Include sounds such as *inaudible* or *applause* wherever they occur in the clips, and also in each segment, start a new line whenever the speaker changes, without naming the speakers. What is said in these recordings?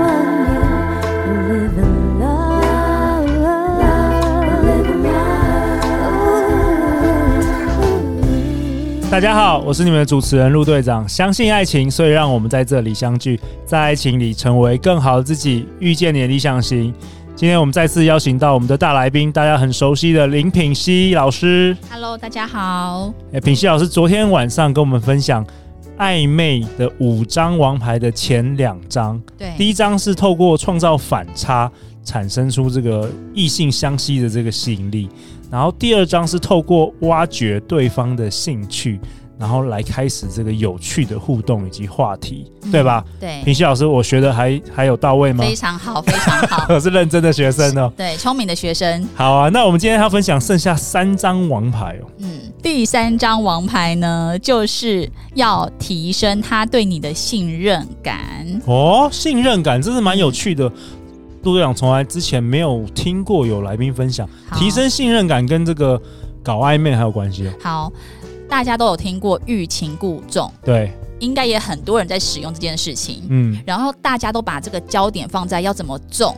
love you, live in love, live in love.
大家好，我是你们的主持人陆队长。相信爱情，所以让我们在这里相聚，在爱情里成为更好的自己，遇见你的理想型。今天我们再次邀请到我们的大来宾，大家很熟悉的林品熙老师。
Hello，大家好。
哎，品熙老师昨天晚上跟我们分享暧昧的五张王牌的前两张，
对，
第一张是透过创造反差产生出这个异性相吸的这个吸引力，然后第二张是透过挖掘对方的兴趣，然后来开始这个有趣的互动以及话题，对吧？
嗯对，
平西老师，我学的还还有到位吗？
非常好，非常好。
我 *laughs* 是认真的学生哦。
对， *laughs* 聪明的学生。
好啊，那我们今天要分享剩下三张王牌哦。
嗯，第三张王牌呢，就是要提升他对你的信任感。
哦，信任感真是蛮有趣的。陆队长从来之前没有听过有来宾分享
好
提升信任感跟这个搞暧昧还有关系哦。
好，大家都有听过欲擒故纵，
对，
应该也很多人在使用这件事情。
嗯，
然后大家都把这个焦点放在要怎么中。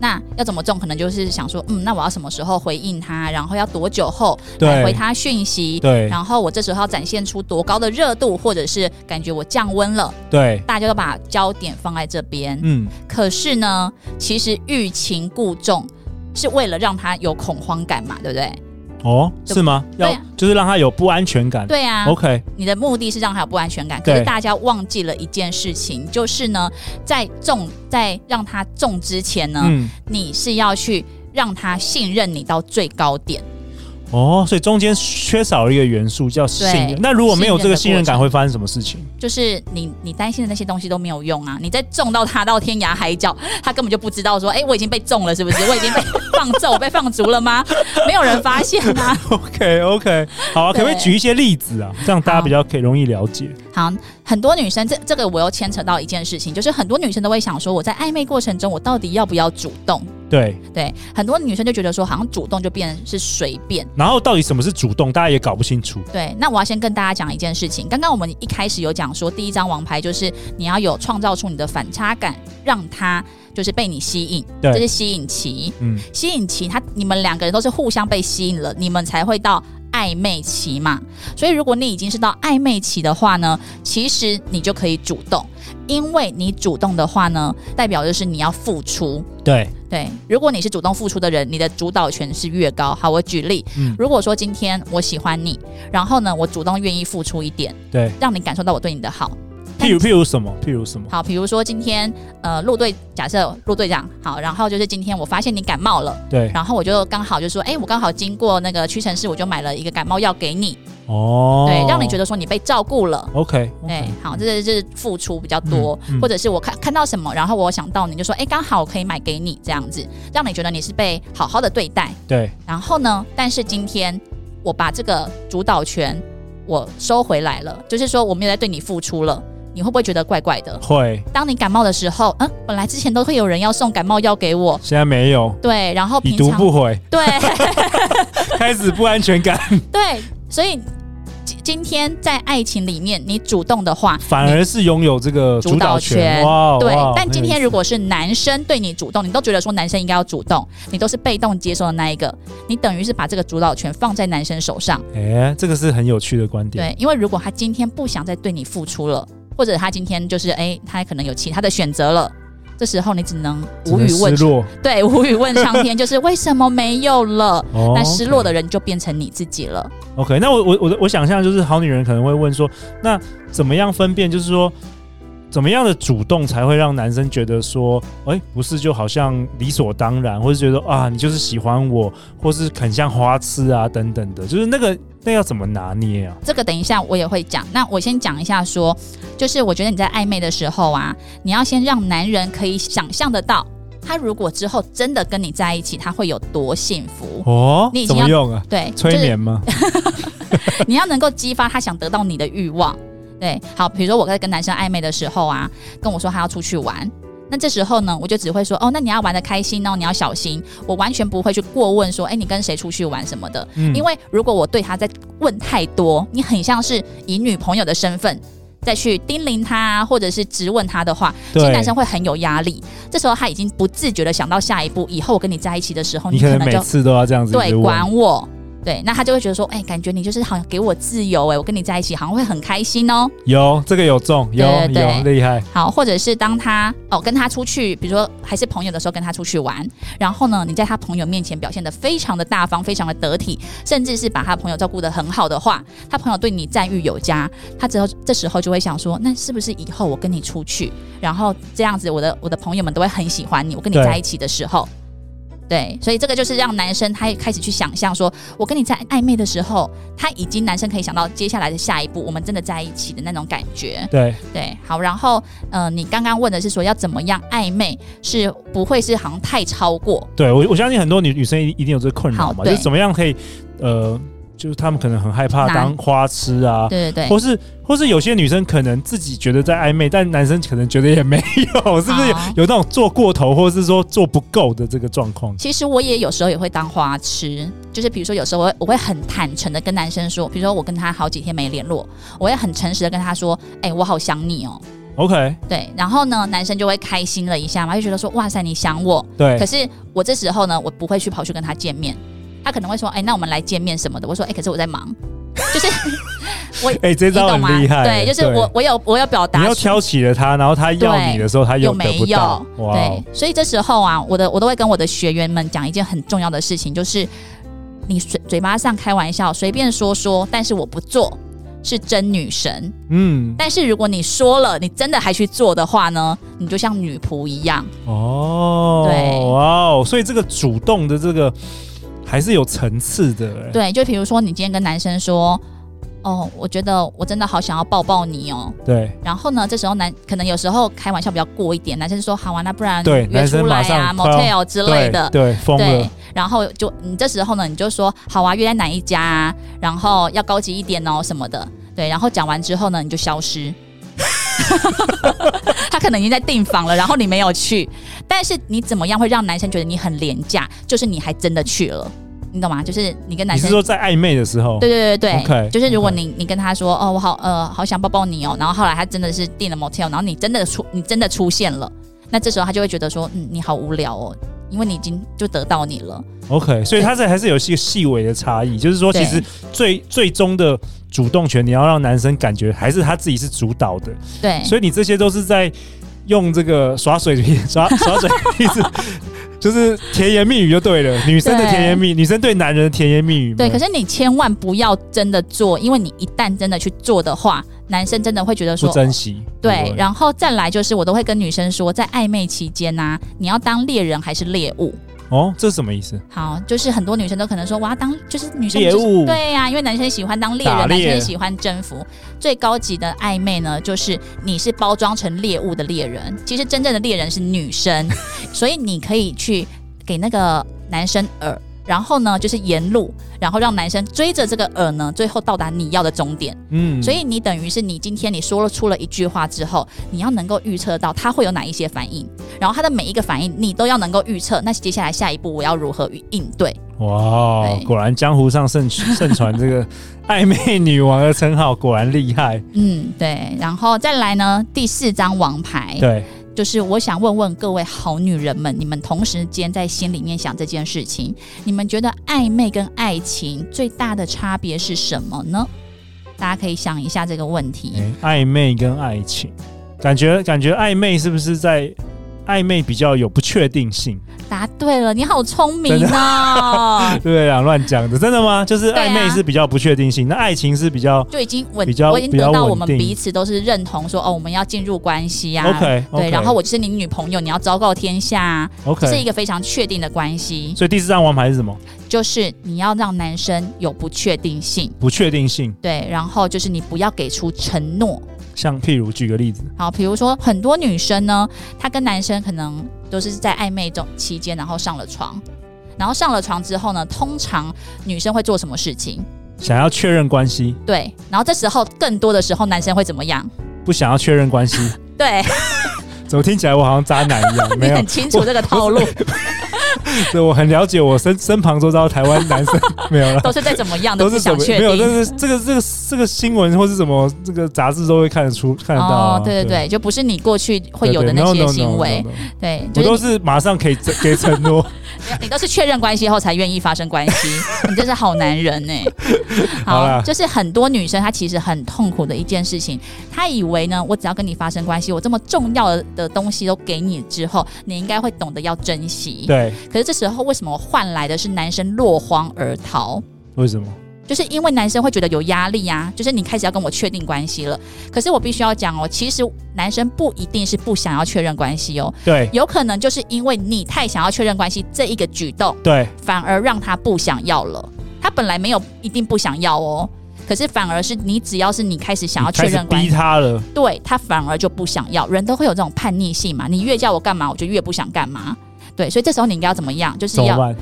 那要怎么中？可能就是想说，嗯，那我要什么时候回应他，然后要多久后来
对
回他讯息，
对
然后我这时候要展现出多高的热度，或者是感觉我降温了，
对，
大家都把焦点放在这边。
嗯，
可是呢，其实欲擒故纵是为了让他有恐慌感嘛，对不对？
哦，
对
是吗？
对
要
啊
就是让他有不安全感。
对啊
OK，
你的目的是让他有不安全感。可是
哦对
大家忘记了一件事情，就是呢，在中在让他中之前呢，
嗯，
你是要去让他信任你到最高点。
哦，所以中间缺少了一个元素叫信
对
任。那如果没有这个信
信
任
任的过程
感，会发生什么事情？ *laughs*
就是你你担心的那些东西都没有用啊！你再中到他到天涯海角，他根本就不知道说，哎、我已经被中了，是不是？我已经被放纵，我被放逐了吗？没有人发现啊！
OK OK，好啊，可
对
不可以举一些例子啊？这样大家
好
比较可以容易了解。
好，很多女生这这个我又牵扯到一件事情，就是很多女生都会想说，我在暧昧过程中，我到底要不要主动？
对，
对，很多女生就觉得说，好像主动就变成是随便。
然后到底什么是主动，大家也搞不清楚。
对，那我要先跟大家讲一件事情。刚刚我们一开始有讲说，第一张王牌就是你要有创造出你的反差感，让他就是被你吸引，
对
这是吸引期。
嗯，
吸引期，他你们两个人都是互相被吸引了，你们才会到暧昧期嘛。所以如果你已经是到暧昧期的话呢，其实你就可以主动，因为你主动的话呢，代表就是你要付出。
对，
对，如果你是主动付出的人，你的主导权是越高。好，我举例，
嗯
如果说今天我喜欢你，然后呢，我主动愿意付出一点，
对。
让你感受到我对你的好。但
譬如譬如什么？譬如什么？
好，比如说今天，呃，陆队假设陆队长好，然后就是今天我发现你感冒了，
对，
然后我就刚好就说，哎、我刚好经过那个屈臣氏，我就买了一个感冒药给你，
哦，
对，让你觉
得
得说你被照顾了。
OK，
对，好，这是这是付出比较多，
嗯嗯
或者是我看看到什么，然后我想到你就说，哎、刚好我可以买给你这样子，让你觉得你是被好好的对待。
对，
然后呢，但是今天我把这个主导权我收回来了，就是说我没有在对你付出了，你会不会觉得怪怪的？
会，
当你感冒的时候，嗯，本来之前都会有人要送感冒药给我，
现在没有，
对，然后
已
平
读
常
不回，
对 *laughs*
开始不安全感， *laughs*
对，所以今今天在爱情里面，你主动的话，
反而是拥有这个
主导权
哇哦
对
哇哦，
但今天
很有意
如果是男生对你主动，你都觉得说男生应该要主动，你都是被动接受的那一个，你等于是把这个主导权放在男生手上。
思哎，这个是很有趣的观点，
对，因为如果他今天不想再对你付出了，或者他今天就是哎、他可能有其他的选择了，这时候你只能
只
无
能
语问
失，落，
对，无语问上天，就是为什么没有了？
*laughs* 哦
那失落的人就变成你自己了。
OK，OK，那我我我的我想象就是好女人可能会问说，那怎么样分辨？就是说。怎么样的主动才会让男生觉得说，哎，不是就好像理所当然，或是觉得啊，你就是喜欢我，或是很像花痴啊等等的，就是那个那要怎么拿捏啊？
这个等一下我也会讲。那我先讲一下说，就是我觉得你在暧昧的时候啊，你要先让男人可以想象得到，他如果之后真的跟你在一起，他会有多幸福。
哦
你已，经
怎么
要
用啊？
对，
催
就是
眠吗？
你要能够激发他想得到你的欲望。对，好，比如说我在跟男生暧昧的时候啊，跟我说他要出去玩，那这时候呢，我就只会说哦，那你要玩的开心哦，你要小心。我完全不会去过问说，哎，你跟谁出去玩什么的。
嗯
因为如果我对他在问太多，你很像是以女朋友的身份再去叮咛他，或者是质问他的话，其实
对
男生会很有压力。这时候他已经不自觉的想到下一步，以后哦我跟你在一起的时候，
你
可
可能
能
每
就
次都要这样子一
对
直问
管我。对，那他就会觉得说，哎、感觉你就是好像给我自由、哎，我跟你在一起好像会很开心哦。
有这个有中，有
对对
有厉害，
好，或者是当他哦跟他出去，比如说还是朋友的时候跟他出去玩，然后呢，你在他朋友面前表现得非常的大方，非常的得体，甚至是把他朋友照顾得很好的话，他朋友对你赞誉有加，他之后这时候就会想说，那是不是以后我跟你出去，然后这样子我的我的朋友们都会很喜欢你，我跟你
对
在一起的时候。对，所以这个就是让男生他也开始去想象说，我跟你在暧昧的时候，他已经男生可以想到接下来的下一步，我们真的在一起的那种感觉。
对，
对，好，然后呃，你刚刚问的是说要怎么样暧昧是不会是好像太超过，
对我我相信很多女女生一一定有这个困扰
好
嘛，就
对
是怎么样可以，呃，就是她们可能很害怕
拿
当花痴啊，
对对
或
对，
是或是有些女生可能自己觉得在暧昧，但男生可能觉得也没有， *laughs* 是不是有
好
有那种做过头，或者是说做不够的这个状况？
其实我也有时候也会当花痴，就是比如说有时候我会我会很坦诚的跟男生说，比如说我跟他好几天没联络，我会很诚实的跟他说，哎、我好想你哦，
OK，
对，然后呢，男生就会开心了一下嘛，就觉得说哇塞，你想我，可
对，
是我这时候呢，我不会去跑去跟他见面，他可能会说，哎、那我们来见面什么的，我说，哎、可是我在忙，就是。
哎、这
你
招
懂
很
吗？
厉害，
对，就是我，我有我有表达
你要
出
挑起了他，然后他要
对
你的时候，他又
有
得
没
不
有
到，哇哦
对，所以这时候啊，我的我都会跟我的学员们讲一件很重要的事情，就是你嘴嘴巴上开玩笑，随便说说，但是我不做。是真女神，
嗯，
但是如果你说了，你真的还去做的话呢，你就像女仆一样。
哦，
对
哇哦，所以这个主动的这个还是有层次的、哎，
对，就比如说你今天跟男生说，哦，我觉得我真的好想要抱抱你哦，
对
然后呢，这时候男可能有时候开玩笑比较过一点，男生就说好啊，那不然
对
约
男生
出来
马
啊
上
，motel 之类的，
对，对疯
对
了，，
然后就你这时候呢，你就说好啊，约在哪一家、啊，然后要高级一点哦什么的，对，然后讲完之后呢，你就消失。 *laughs* 他可能已经在订房了，然后你没有去，但是你怎么样会让男生觉得你很廉价？就是你还真的去了，你懂吗？就是你跟男
你是
生，
说在暧昧的时候？
对对对对
OK，
就是如果
OK
你你跟他说哦，我好呃好想抱抱你哦，然后后来他真的是订了 motel，然后你真的出你真的出现了，那这时候他就会觉得说嗯你好无聊哦，因为你已经就得到你了。
OK，所以它这还是有一些细微的差异，就是说，
对
其实最最终的主动权，你要让男生感觉还是他自己是主导的，
对，
所以你这些都是在用这个耍水皮、耍 *laughs* 耍水皮子，就是甜言蜜语就对了。女生的
对
甜言蜜，女生对男人的甜言蜜语嘛。
对，可是你千万不要真的做，因为你一旦真的去做的话，男生真的会觉得
不
说。
珍惜。
对，
后
然后再来就是，我都会跟女生说，在暧昧期间呢、你要当猎人还是猎物？
哦，这是什么意思？
好，就是很多女生都可能说，我要当就是女生、
猎
就是、
物
对呀、因为男生喜欢当猎
打
人，
猎
男生喜欢征服。最高级的暧昧呢，就是你是包装成猎物的猎人，其实真正的猎人是
*laughs*
女生，所以你可以去给那个男生饵，然后呢就是沿路，然后让男生追着这个饵呢，最后到达你要的终点。
嗯，
所以你等于是你今天你说了出了一句话之后，你要能够预测到他会有哪一些反应，然后他的每一个反应你都要能够预测。那接下来下一步我要如何应对？
哇
对，
果然江湖上盛盛传 *laughs* 这个暧昧女王的称号，果然厉害。
嗯，对。然后再来呢，第四张王牌
对，
就是我想问问各位好女人们，你们同时间在心里面想这件事情，你们觉得暧昧跟爱情最大的差别是什么呢？大家可以想一下这个问题。
嗯哎暧昧跟爱情，感觉感觉暧昧是不是在暧昧比较有不确定性？
答对了，你好聪明
*laughs*
哦！
对啊，乱讲的，真的吗？就是
对啊
暧昧是比较不确定性，那爱情是比较
就已经稳
比较，
我已经得
比较
到
稳
我们
定
彼此都是认同说，哦，我们要进入关系呀、
OK。
对，然后我就是你女朋友，你要昭告天下啊、这是一
OK，
个非常确定的关系，
所以第四张王牌是什么？
就是你要让男生有不确定性，
不确定性，
对，然后就是你不要给出承诺。
像譬如举个例子，
好，比如说很多女生呢，她跟男生可能都是在暧昧中期间，然后上了床，然后上了床之后呢，通常女生会做什么事情？
想要确认关系，
对，然后这时候更多的时候，男生会怎么样？
不想要确认关系，
对，
*laughs* 怎么听起来我好像渣男一
*laughs*
样？没
你
有
很，清楚这个套路，
对我很了解我身身旁周遭台湾男生 *laughs* 没有了。
*laughs* 都是在怎么样的
都
不
是怎
想
么
确
没有？但
定。
是这个这个这个新闻或是什么这个杂志都会看得出看得到啊、
哦，对对对，就不是你过去会有
对
的那
对
些
no, no, no,
行为
no, no, no，
对，
我
就
都
是
是马上可以给给承
*laughs*
诺。
你你都是确认关系后才愿意发生关
*laughs*
系，你真是好男人呢、
好啦
就是很多女生她其实很痛苦的一件事情，她以为呢，我只要跟你发生关系，我这么重要的东西都给你之后，你应该会懂得要珍惜。
对，
可是这时候为什么换来的是男生落荒而逃？
为什么？
就是因为男生会觉得有压力呀、就是你开始要跟我确定关系了。可是我必须要讲哦，其实男生不一定是不想要确认关系哦，
对
有可能就是因为你太想要确认关系这一个举动，
对
反而让他不想要了。他本来没有一定不想要哦，可是反而是你只要是你开始想要
你开
确
始
认关
逼
系，
他了，
对他反而就不想要。人都会有这种叛逆性嘛，你越叫我干嘛，我就越不想干嘛。对，所以这时候你应该要怎么样？就是
怎么
要
办？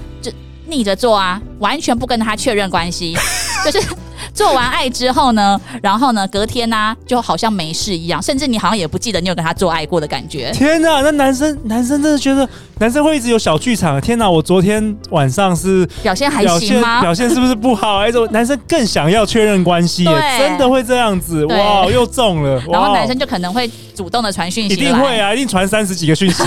逆着做啊，完全不跟他确认
*laughs*
关系，就是做完爱之后呢，然后呢，隔天呢、啊就好像没事一样，甚至你好像也不记得你有跟他做爱过的
*laughs*
感觉。
天哪，那男生男生真的觉得男生会一直有小剧场。啊天哪，我昨天晚上是
表现还
表
行
现
吗？
表现是不是不好？哎，这种男生更想要确认关系耶，
对
真的会这样子
对
哇，又中了。
然
哇
后
哦
男生就可能会主动的传讯息，
一定会。啊，一定传三十几个讯息。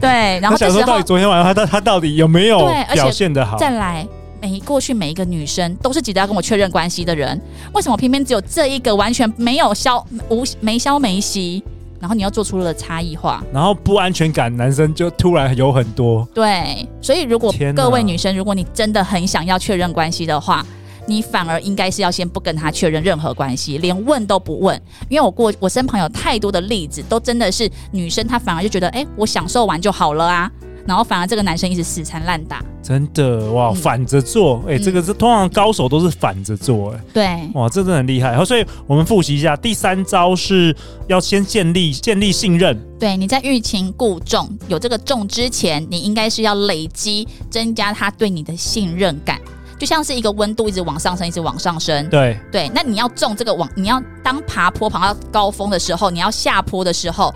对，然
他
后这
想
时
说到
候
底昨天晚上他到他到底有没有
对而且
表现的好？
哦再来，每过去每一个女生都是急着要跟我确认关系的人，为什么偏偏只有这一个完全没有消无没消没息？然后你又做出了差异化，
然后不安全感，男生就突然有很多。
对，所以如果
天哪
各位女生，如果你真的很想要确认关系的话，你反而应该是要先不跟他确认任何关系，连问都不问。因为我过我身旁有太多的例子，都真的是女生她反而就觉得，哎、我享受完就好了啊，然后反而这个男生一直死缠烂打。
真的哇，
嗯
反着做，哎、
嗯
这个是通常高手都是反着做、哎，
对，
哇，这真的很厉害。好，所以我们复习一下，第三招是要先建立建立信任，
对，你在欲擒故纵有这个重之前，你应该是要累积增加他对你的信任感，就像是一个温度一直往上升，一直往上升。
对，
对，那你要中这个往，你要当爬坡爬到高峰的时候，你要下坡的时候，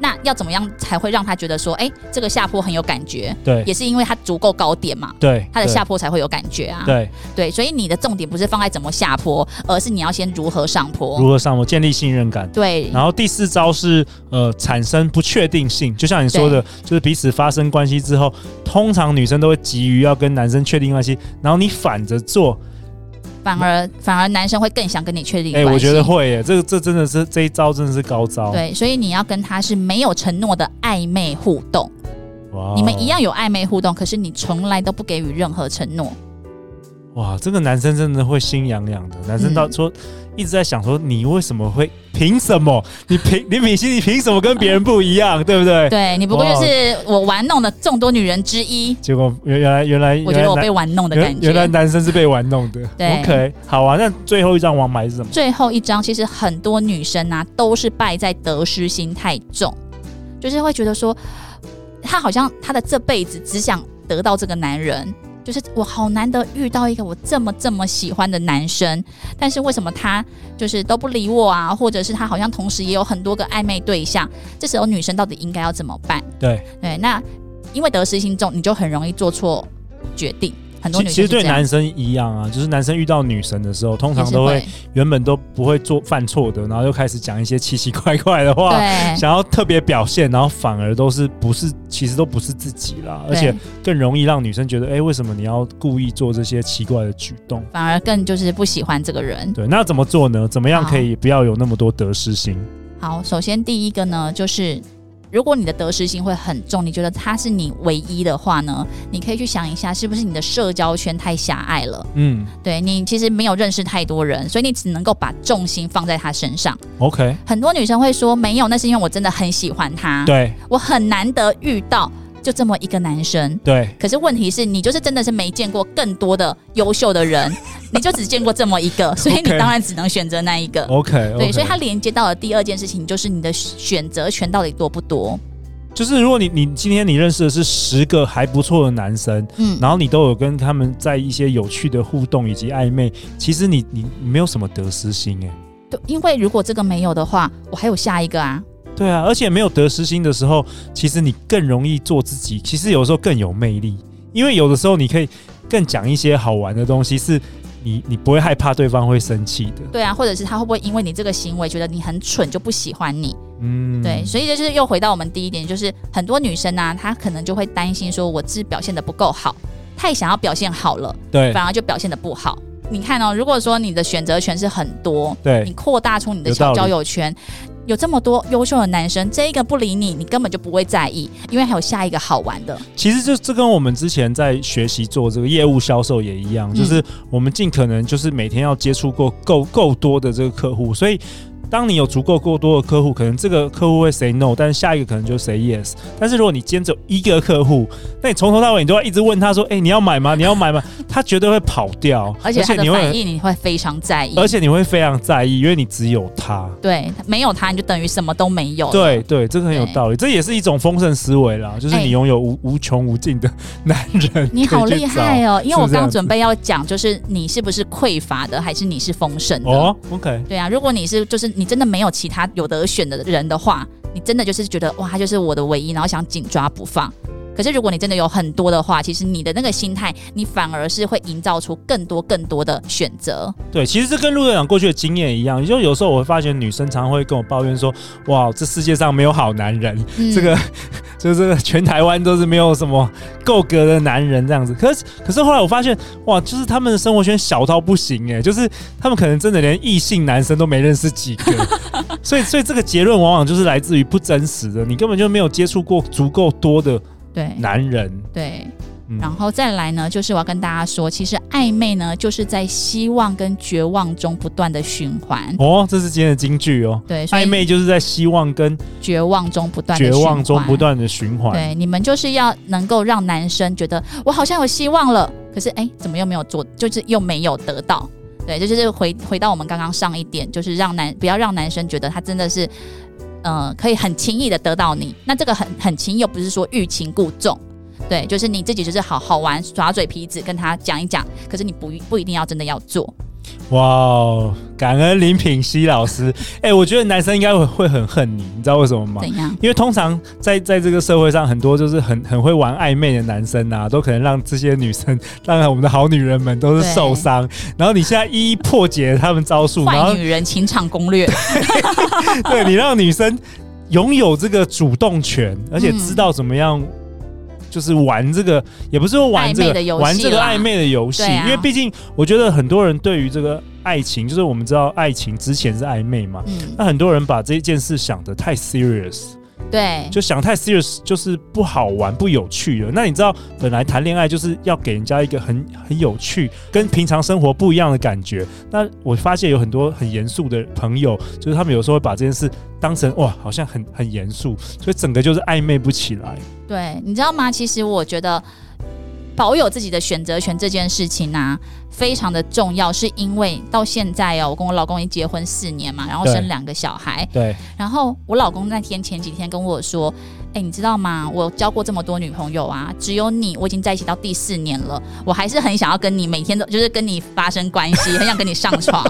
那要怎么样才会让他觉得说，哎，这个下坡很有感觉？
对，
也是因为它足够高点嘛，
对，
它的
对
下坡才会有感觉啊。
对，
对所以你的重点不是放在怎么下坡，而是你要先如何上
如
坡。
何上我建立信任感。
对，
然后第四招是呃产生不确定性，就像你说的，就是彼此发生关系之后，通常女生都会急于要跟男生确定关系，然后你反着做，
反而反而男生会更想跟你确定
哎、
关系。
我觉得会哦耶，这个这真的是这一招真的是高招，
对，所以你要跟他是没有承诺的暧昧互动，
哇
你们一样有暧昧互动，可是你从来都不给予任何承诺。
哇，这个男生真的会心痒痒的。男生到
嗯
说、一直在想说，你为什么会？凭什么？ *laughs* 你凭林品熙，你凭什么跟别人不一样？对不对？
对你不过
哇
就是我玩弄的众多女人之一，
结果原原来原来
我觉
原
得我
来
被
男
玩弄的感
原原来
觉。
男生是被玩弄的。
对
OK，好啊。那最后一张王牌是什么？
最后一张，其实很多女生啊都是败在得失心太重，就是会觉得说，她好像她的这辈子只想得到这个男人，就是我好难得遇到一个我这么这么喜欢的男生，但是为什么他就是都不理我啊，或者是他好像同时也有很多个暧昧对象，这时候女生到底应该要怎么办？
对，
对，那因为得失心重，你就很容易做错决定。很多
其
女
其
生
实
是这
对
样
男生一样啊，就是男生遇到女神的时候，通
也
常
是
都会原本都不会做犯错的，然后又开始讲一些奇奇怪怪的话，
对
想要特别表现，然后反而都是不是，其实都不是自己啦，而且
对
更容易让女生觉得，哎、为什么你要故意做这些奇怪的举动？
反而更就是不喜欢这个人。
对，那怎么做呢？怎么样
好
可以不要有那么多得失心？
好，首先第一个呢，就是如果你的得失心会很重，你觉得他是你唯一的话呢，你可以去想一下，是不是你的社交圈太狭隘了？
嗯
对你其实没有认识太多人，所以你只能够把重心放在他身上。
，OK，
很多女生会说没有，那是因为我真的很喜欢他，
对
我很难得遇到就这么一个男生。
对
可是问题是你就是真的是没见过更多的优秀
*laughs*
的人，你就只见过这么一个，所以你
OK
当然只能选择那一个。
，OK，
对，所以它连接到的第二件事情就是你的选择权到底多不多。
就是如果你你今天你认识的是十个还不错的男生，
嗯，
然后你都有跟他们在一些有趣的互动以及暧昧，其实你你你没有什么得失心哎、
对，因为如果这个没有的话，我还有下一个啊。
对啊，而且没有得失心的时候，其实你更容易做自己，其实有时候更有魅力，因为有的时候你可以更讲一些好玩的东西，是你你不会害怕对方会生气的。
对啊，或者是他会不会因为你这个行为觉得你很蠢就不喜欢你？
嗯，
对，所以这就是又回到我们第一点，就是很多女生呢、啊她可能就会担心说，我自己表现的不够好，太想要表现好了，
对
反而就表现的不好。你看哦，如果说你的选择权是很多，你
对
扩大出你的
哎有道
小
理
交友圈，有这么多优秀的男生，这一个不理你，你根本就不会在意，因为还有下一个好玩的。
其实就这跟我们之前在学习做这个业务销售也一样，
嗯
就是我们尽可能就是每天要接触过够够多的这个客户，所以。当你有足够够多的客户，可能这个客户会 say no，但是下一个可能就 say yes。但是如果你今天只有一个客户，那你从头到尾你都要一直问他说：“哎、你要买吗？你要买吗？”他绝对会跑掉，
而且他的
你
反
会，
应你会非常在意，
而且你会非常在意，因为你只有他。
对，没有他你就等于什么都没有。，
对对，这个很有
对
道理，这也是一种丰盛思维啦，就是
哎
你拥有无、无穷无尽的男人。
*laughs* 你好厉害哦！因为我
是这样
刚
子
准备要讲，就是你是不是匮乏的，还是你是丰盛的？
哦，OK，
对啊，如果你是就是你真的没有其他有得选的人的话，你真的就是觉得哇，他就是我的唯一，然后想紧抓不放。可是如果你真的有很多的话，其实你的那个心态，你反而是会营造出更多更多的选择。
对，其实这跟陆队长过去的经验一样，就有时候我会发现女生常会跟我抱怨说，哇，这世界上没有好男人，
嗯
这个 *laughs* 就是这个全台湾都是没有什么够格的男人这样子。可是可是后来我发现，哇，就是他们的生活圈小到不行哎、就是他们可能真的连异性男生都没认识几个， *laughs* 所以所以这个结论往往就是来自于不真实的，你根本就没有接触过足够多的
对
男人。
对，
嗯
然后再来呢，就是我要跟大家说，其实暧昧呢，就是在希望跟绝望中不断的循环。
哦，这是今天的金句哦。
对，所以
暧昧就是在希望跟
绝望中不断的
绝
循环
望中不断的循环。
对，你们就是要能够让男生觉得我好像有希望了，可是哎、怎么又没有做，就是又没有得到。对，这就是回回到我们刚刚上一点，就是让男不要让男生觉得他真的是，呃，可以很轻易的得到你。那这个很很轻易，又不是说欲擒故纵。对，就是你自己就是好好玩耍嘴皮子，跟他讲一讲，可是你不不一定要真的要做。
哇哦，感恩林品熙老师。哎、我觉得男生应该会会很恨你，你知道为什么吗？
怎样？
因为通常在在这个社会上，很多就是很很会玩暧昧的男生啊，都可能让这些女生，让我们的好女人们都是受伤。然后你现在一一破解他们招数，然
坏
后
女人情场攻略。
对你让女生拥有这个主动权，
嗯
而且知道怎么样。就是玩这个，也不是说玩这
暧昧的
个
游戏啦
玩这个暧昧的游戏，
对啊
因为毕竟我觉得很多人对于这个爱情，就是我们知道爱情之前是暧昧嘛，
嗯，
那很多人把这一件事想得太 serious，
对，
就想太 serious 就是不好玩、不有趣了。那你知道，本来谈恋爱就是要给人家一个很很有趣、跟平常生活不一样的感觉。那我发现有很多很严肃的朋友，就是他们有时候会把这件事当成哇，好像很很严肃，所以整个就是暧昧不起来。
对，你知道吗？其实我觉得保有自己的选择权这件事情呢、非常的重要，是因为到现在哦，我跟我老公已经结婚四年嘛，然后
对
生两个小孩，
对，
然后我老公那天前几天跟我说，哎，你知道吗？我交过这么多女朋友啊，只有你，我已经在一起到第四年了，我还是很想要跟你每天都就是跟你发生关
*laughs*
系，很想跟你上床。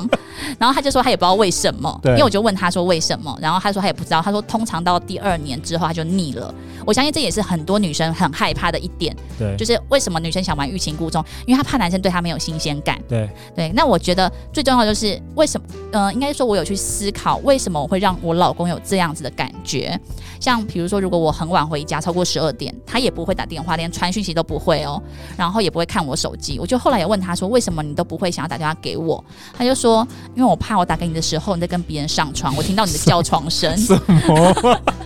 然后他就说他也不知道为什么，
对
因为我就问他说为什么，然后他说他也不知道，他说通常到第二年之后他就腻了。我相信这也是很多女生很害怕的一点，
对，
就是为什么女生想玩欲擒故纵，因为她怕男生对她没有新鲜感。
对，
对，那我觉得最重要的就是为什么？呃，应该说我有去思考为什么我会让我老公有这样子的感觉。像比如说，如果我很晚回家，超过十二点，他也不会打电话，连传讯息都不会哦，然后也不会看我手机。我就后来也问他说，为什么你都不会想要打电话给我？他就说，因为我怕我打给你的时候你在跟别人上床，我听到你的叫床声。
什么？
*laughs*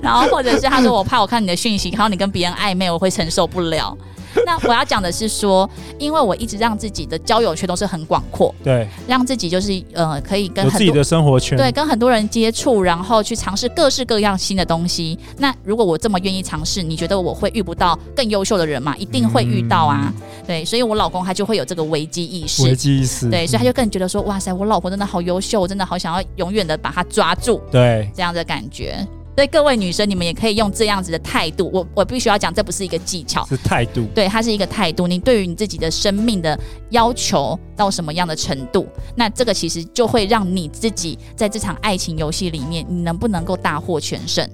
然后或者是他说我怕我看你的讯息，然后你跟别人暧昧，我会承受不了。那我要讲的是说，因为我一直让自己的交友圈都是很广阔，
对，
让自己就是呃可以跟
有自
很
己
多
的生活圈。
对跟很多人接触，然后去尝试各式各样新的东西。那如果我这么愿意尝试，你觉得我会遇不到更优秀的人吗？一定会遇到啊！
嗯
对，所以我老公他就会有这个危机意
危
识。
机意识。
对，所以他就更觉得说，哇塞，我老婆真的好优秀，我真的好想要永远的把她抓住，
对。
这样的感觉。所以各位女生，你们也可以用这样子的态度。我我必须要讲，这不是一个技巧，
是态度。
对，它是一个态度。你对于你自己的生命的要求到什么样的程度，那这个其实就会让你自己在这场爱情游戏里面，你能不能够大获全胜？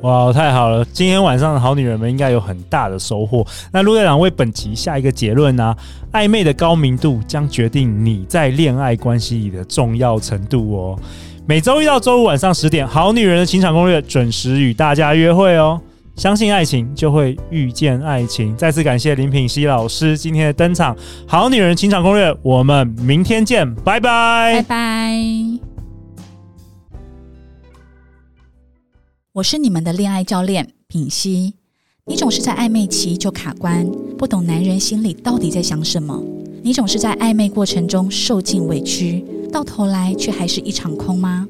哇，太好了！今天晚上的好女人们应该有很大的收获。那陆队长为本集下一个结论呢、暧昧的高明度将决定你在恋爱关系里的重要程度哦。每周一到周五晚上十点，《好女人的情场攻略》准时与大家约会哦。相信爱情，就会遇见爱情。再次感谢林品熙老师今天的登场，《好女人的情场攻略》，我们明天见，拜拜。
拜拜。我是你们的恋爱教练品熙，你总是在暧昧期就卡关，不懂男人心里到底在想什么。你总是在暧昧过程中受尽委屈，到头来却还是一场空吗？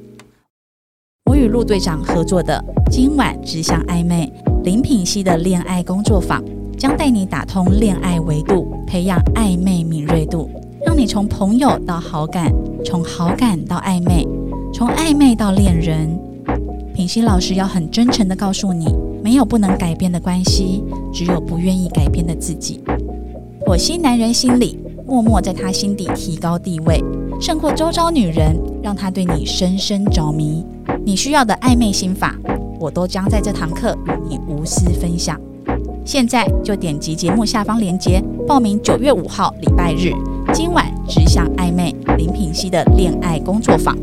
我与陆队长合作的《今晚只想暧昧》林品熙的恋爱工作坊，将带你打通恋爱维度，培养暧昧敏锐度。让你从朋友到好感，从好感到暧昧，从暧昧到恋人。品熙老师要很真诚的告诉你，没有不能改变的关系，只有不愿意改变的自己。剖析男人心理，默默在他心底提高地位，胜过周遭女人，让他对你深深着迷。你需要的暧昧心法，我都将在这堂课与你无私分享。现在就点击节目下方链接报名九月五号礼拜日今晚只想暧昧林品熙的恋爱工作坊。